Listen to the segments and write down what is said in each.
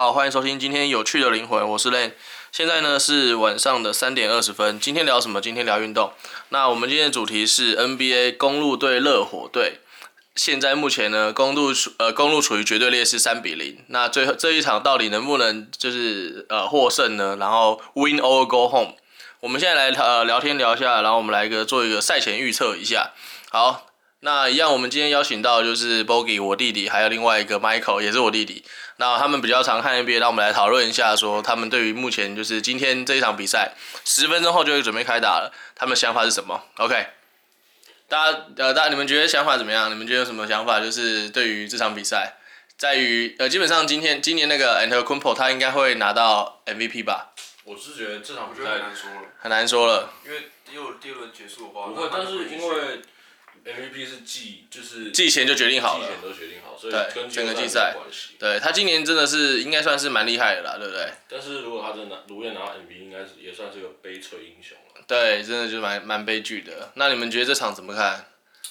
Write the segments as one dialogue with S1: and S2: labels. S1: 好，欢迎收听今天有趣的灵魂，我是 Len。现在呢是晚上的三点二十分。今天聊什么？今天聊运动。那我们今天的主题是 NBA 公路对热火队。现在目前呢，公路处呃公路处于绝对劣势三比零。那最后这一场到底能不能就是呃获胜呢？然后 win or go home。我们现在来呃聊天聊一下，然后我们来一个做一个赛前预测一下。好，那一样我们今天邀请到就是 Bogey 我弟弟，还有另外一个 Michael 也是我弟弟。那他们比较常看 NBA，那我们来讨论一下，说他们对于目前就是今天这一场比赛，十分钟后就会准备开打了，他们的想法是什么？OK，大家呃，大家你们觉得想法怎么样？你们觉得有什么想法？就是对于这场比赛，在于呃，基本上今天今年那个 Antetokounmpo 他应该会拿到 MVP 吧，
S2: 我是觉得这场
S3: 我
S2: 比
S3: 觉得很
S2: 赛
S3: 难说了，
S1: 很难说了。
S3: 因为第二第一轮结束的话，
S2: 不会，
S3: 那他
S2: 但
S3: 们
S2: 是因
S3: 会继续
S2: 为 MVP 是季就是
S1: 季前就决定好
S2: 季
S1: 了，
S2: 前都决定好，所以
S1: 对
S2: 跟
S1: 整个季
S2: 赛
S1: 赛
S2: 没有关系。
S1: 对他今年真的是应该算是蛮厉害的啦，对不对？
S2: 但是如果他真的拿如愿拿到 MVP，应该是也算是个悲催英雄了。
S1: 对，真的就蛮蛮悲剧的。那你们觉得这场怎么看？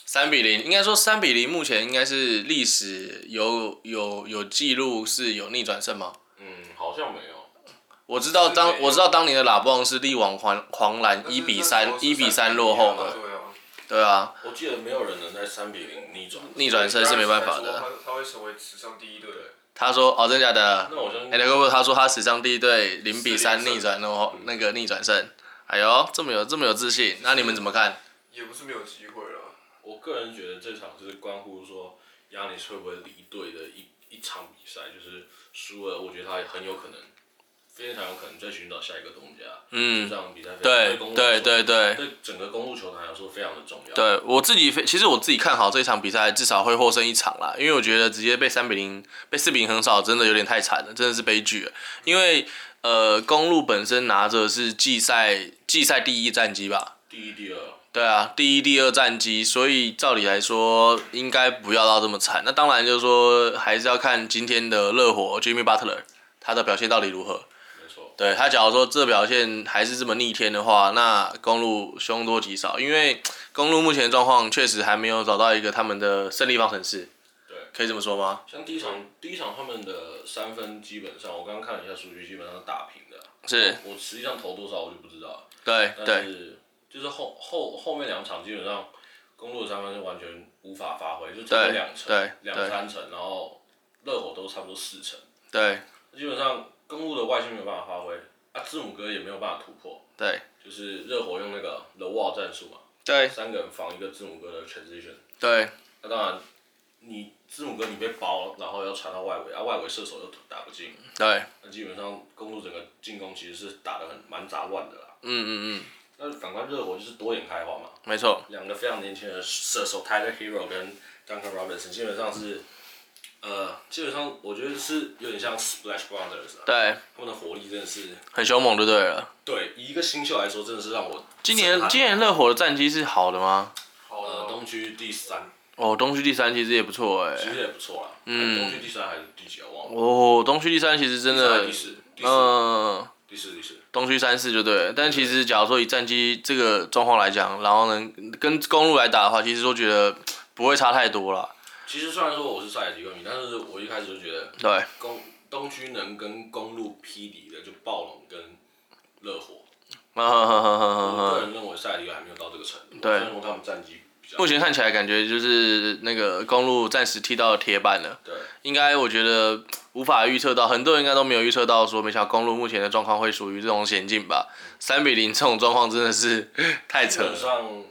S1: 三比零，应该说三比零，目前应该是历史有有有记录是有逆转胜吗？
S2: 嗯，好像没有。
S1: 我知道
S3: 是
S1: 当
S3: 没有
S1: 我知道当年的拉布旺是力挽狂狂澜
S3: 但是
S1: 一比
S3: 那时
S1: 三
S3: 候是
S1: 一比
S3: 三
S1: 三落后
S3: 嘛
S1: 嘛，
S3: 对啊，
S1: 对啊，
S2: 我记得没有人能在三比零逆转。
S1: 逆转胜是没办法的。
S3: 他他会成为史上第一队，
S1: 他说哦，真假的？
S2: 那我相信
S1: 哎，那个他说他史上第一队零比三
S3: 四嗯连胜
S1: 逆转落后那个逆转胜，哎呦，这么有这么有自信，那你们怎么看？
S3: 也不是没有机会了。
S2: 我个人觉得这场就是关乎说亚尼斯会不会离队的一一场比赛，就是输了，我觉得他很有可能，非常有可能再寻找下一个东家。
S1: 嗯
S2: 这，场比赛非常
S1: 对
S2: 公路
S1: 对
S2: 球
S1: 对对。
S2: 对整个公路球坛来说非常的重要。
S1: 对我自己非，其实我自己看好这场比赛，至少会获胜一场啦。因为我觉得直接被三比零、被四比零横扫，真的有点太惨了，真的是悲剧了。因为呃，公路本身拿着是季赛季赛第一战绩吧？
S2: 第一、第二，
S1: 对啊，第一、第二战绩，所以照理来说应该不要到这么惨。那当然就是说，还是要看今天的热火 Jimmy Butler 他的表现到底如何。
S2: 没错。
S1: 对他，假如说这表现还是这么逆天的话，那公路凶多吉少，因为公路目前的状况确实还没有找到一个他们的胜利方程式。
S2: 对，
S1: 可以这么说吗？
S2: 像第一场，第一场他们的三分基本上，我刚刚看了一下数据，基本上是打平的。
S1: 是，
S2: 我实际上投多少我就不知道了，
S1: 对
S2: 但
S1: 对
S2: 是就是后后后面两场基本上公路的三分是完全无法发挥，就差
S1: 对
S2: 两成、
S1: 对
S2: 两
S1: 对
S2: 三成，然后热火都差不多四成，
S1: 对
S2: 基本上公路的外线没有办法发挥，啊，字母哥也没有办法突破，
S1: 对
S2: 就是热火用那个 the wall 战术嘛，
S1: 对
S2: 三个人防一个字母哥的 transition，
S1: 对
S2: 那当然，你字母哥你被包，然后要传到外围，啊，外围射手又打不进，
S1: 对，
S2: 那基本上公路整个进攻其实是打得很蛮杂乱的啦。
S1: 嗯嗯嗯，
S2: 那反观热火就是多点开花嘛，
S1: 没错，
S2: 两个非常年轻的射手 Tyler Hero 跟 Duncan Robinson 基本上是，呃，基本上我觉得是有点像 Splash Brothers 啊，
S1: 对，
S2: 他们的活力真的是，
S1: 很凶猛就对了。
S2: 对，以一个新秀来说，真的是啊让我
S1: 今年
S2: 震撼
S1: 今年热火的战绩是好的吗？
S3: 好
S2: 呃
S3: 了，
S2: 东区第三，
S1: 哦，东区第三其实也不错哎、
S2: 其实也不错啦，
S1: 嗯
S2: 东区第三还是第几啊？忘了，呃
S1: 哦，东区第三其实真的，
S2: 第四，第
S1: 嗯、
S2: 四，第四，第四。
S1: 东区三四就对了，但其实假如说以战绩这个状况来讲，然后呢跟公路来打的话，其实我觉得嘖不会差太多啦。
S2: 其实虽然说我是塞尔提克迷，但是我一开始就觉得
S1: 对
S2: 公东区能跟公路匹敌的就暴龙跟热火。
S1: 嗯哼哼哼哼
S2: 我个
S1: 哼哼
S2: 人认为塞尔提克还没有到这个程度，
S1: 对
S2: 虽然说他们战绩比较
S1: 目前看起来感觉就是那个公路暂时踢到铁板了，
S2: 对，
S1: 应该我觉得嘖无法预测到，很多人应该都没有预测到说，没想到公路目前的状况会属于这种险境吧。三比零这种状况真的是 太
S2: 基
S1: 扯
S2: 本
S1: 了。
S2: 上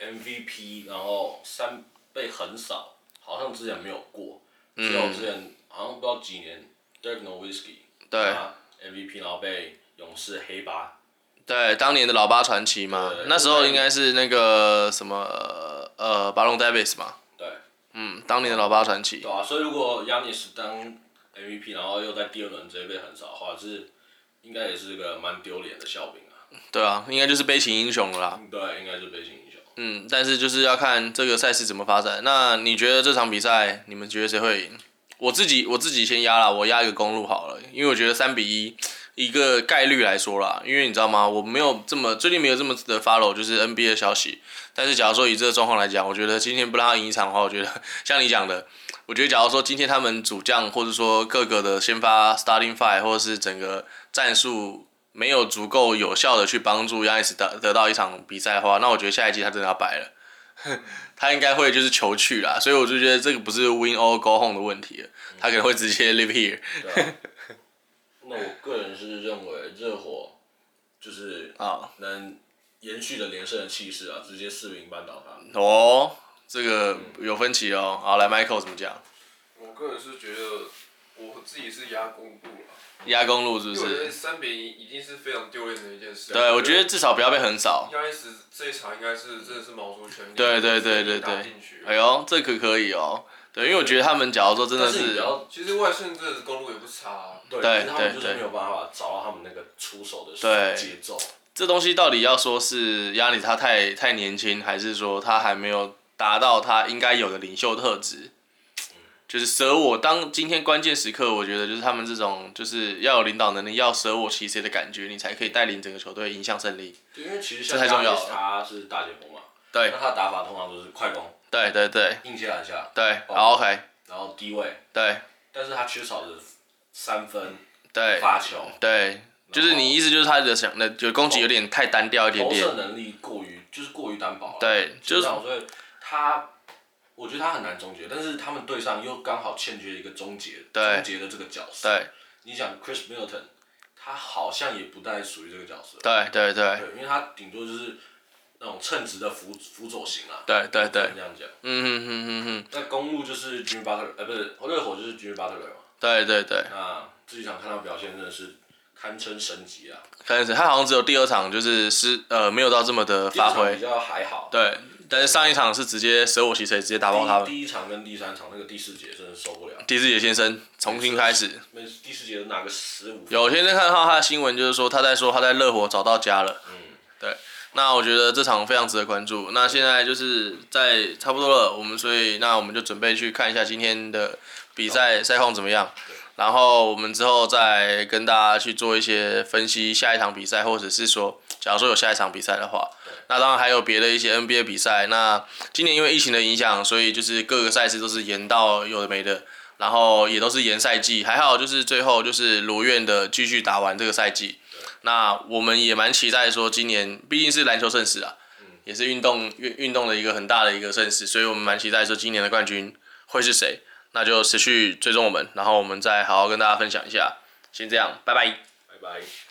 S2: MVP，然后三被横扫，好像之前没有过，只
S1: 嗯
S2: 有之前好像不知道几年 Dirk Nowitzki
S1: 对
S2: 拿 MVP，然后被勇士黑八，
S1: 对，当年的老八传奇嘛
S2: 对，
S1: 那时候应该是那个什么呃呃巴隆戴维斯嘛，
S2: 对
S1: 嗯，当年的老八传奇。
S2: 对啊，所以如果 Yanis 当 MVP，然后又在第二轮直接被横扫的话，是应该也是个蛮丢脸的笑柄啊。
S1: 对啊，应该就是悲情英雄了啦。
S2: 对，应该是悲情英雄。
S1: 嗯，但是就是要看这个赛事怎么发展。那你觉得这场比赛，你们觉得谁会赢？我自己我自己先压啦，我压一个公路好了，因为我觉得三比一一个概率来说啦，因为你知道吗，我没有这么最近没有这么的 follow 就是 NBA 的消息。但是假如说以这个状况来讲，我觉得今天不让他赢一场的话，我觉得像你讲的，我觉得假如说今天他们主将或者说各个的先发 starting five 或者是整个战术没有足够有效的去帮助亚尼斯得得到一场比赛的话，那我觉得下一季他真的要白了。 他应该会就是求去啦，所以我就觉得这个不是 win or go home 的问题了，他可能会直接 live here
S2: 对啊。那我个人是认为热火就是
S1: 啊。
S2: 能延续着连胜的气势啊，直接四比零扳倒他。
S1: 哦，这个有分歧哦。好，来 Michael 怎么讲？
S3: 我个人是觉得我自己是压公布了，
S1: 压公路是不
S3: 因为我觉得
S1: 是？
S3: 三比一一定是非常丢脸的一件事啊。
S1: 对，我觉得至少不要被横扫。
S3: 亚历斯这一场应该是真的是卯足全力，
S1: 对对对对
S3: 打
S1: 对
S3: 进去。
S1: 哎呦，这可可以哦。对，因为我觉得他们假如说真的
S2: 但是你不
S1: 是，
S2: 要
S3: 其实外线这公路也不差啊，
S2: 对，
S1: 对
S2: 但是他们就
S1: 对
S2: 是没有办法找到他们那个出手的
S1: 对
S2: 节奏。
S1: 这东西到底要说是亚里他太太年轻，还是说他还没有达到他应该有的领袖特质？就是舍我当今天关键时刻，我觉得就是他们这种就是要有领导能力，要舍我其谁的感觉，你才可以带领整个球队迎向胜利。
S2: 对，因为其实
S1: 这
S2: 像
S1: 太重要
S2: 亚
S1: 了
S2: 历斯他是大前锋嘛，
S1: 对
S2: 那他的打法通常都是快攻、
S1: 对对对
S2: 硬接篮下，
S1: 对，
S2: 哦
S1: 好 OK，
S2: 然后低位，
S1: 对
S2: 但是他缺少的三分
S1: 对
S2: 发球
S1: 对，就是你意思就是他的想的就攻击有点太单调一点
S2: 投
S1: 点
S2: 射，能力过于就是过于单薄了。
S1: 对，就是
S2: 这样所以他，我觉得他很难终结，但是他们队上又刚好欠缺一个终结
S1: 对
S2: 终结的这个角色。
S1: 对
S2: 你想 Chris Middleton，他好像也不太属于这个角色，
S1: 对对对
S2: 对，因为他顶多就是那种称职的辅辅佐型啊。
S1: 对对对
S2: 这，样讲。
S1: 嗯哼哼哼哼，
S2: 那公路就是 Jimmy Butler，呃，不是热火就是 Jimmy Butler 嘛。
S1: 对对对。
S2: 那这一场看他表现真的是堪称神级啊，
S1: 可能是他好像只有第二场就是失呃没有到这么的
S2: 第二
S1: 发
S2: 场比
S1: 挥，
S2: 较还好。
S1: 对，但是上一场是直接舍我其谁，直接打爆他
S2: 第
S1: 们。
S2: 第一场跟第三场那个第四节真的受不了，
S1: 狄志杰先生重新开始，
S2: 那第四节拿个十五。
S1: 有天在看到他的新闻，就是说他在说他在热火找到家了。
S2: 嗯，
S1: 那我觉得这场非常值得关注。那现在就是在差不多了，我们所以那我们就准备去看一下今天的比赛赛况怎么样
S2: 对，
S1: 然后我们之后再跟大家去做一些分析下一场比赛，或者是说，假如说有下一场比赛的话，那当然还有别的一些 NBA 比赛。那今年因为疫情的影响，所以就是各个赛事都是延到有的没的。然后也都是延赛季，还好就是最后就是如愿的继续打完这个赛季。那我们也蛮期待说今年，毕竟是篮球盛世啊，也是运动运运动的一个很大的一个盛世，所以我们蛮期待说今年的冠军会是谁。那就持续追踪我们，然后我们再好好跟大家分享一下。先这样，拜拜。
S2: 拜拜。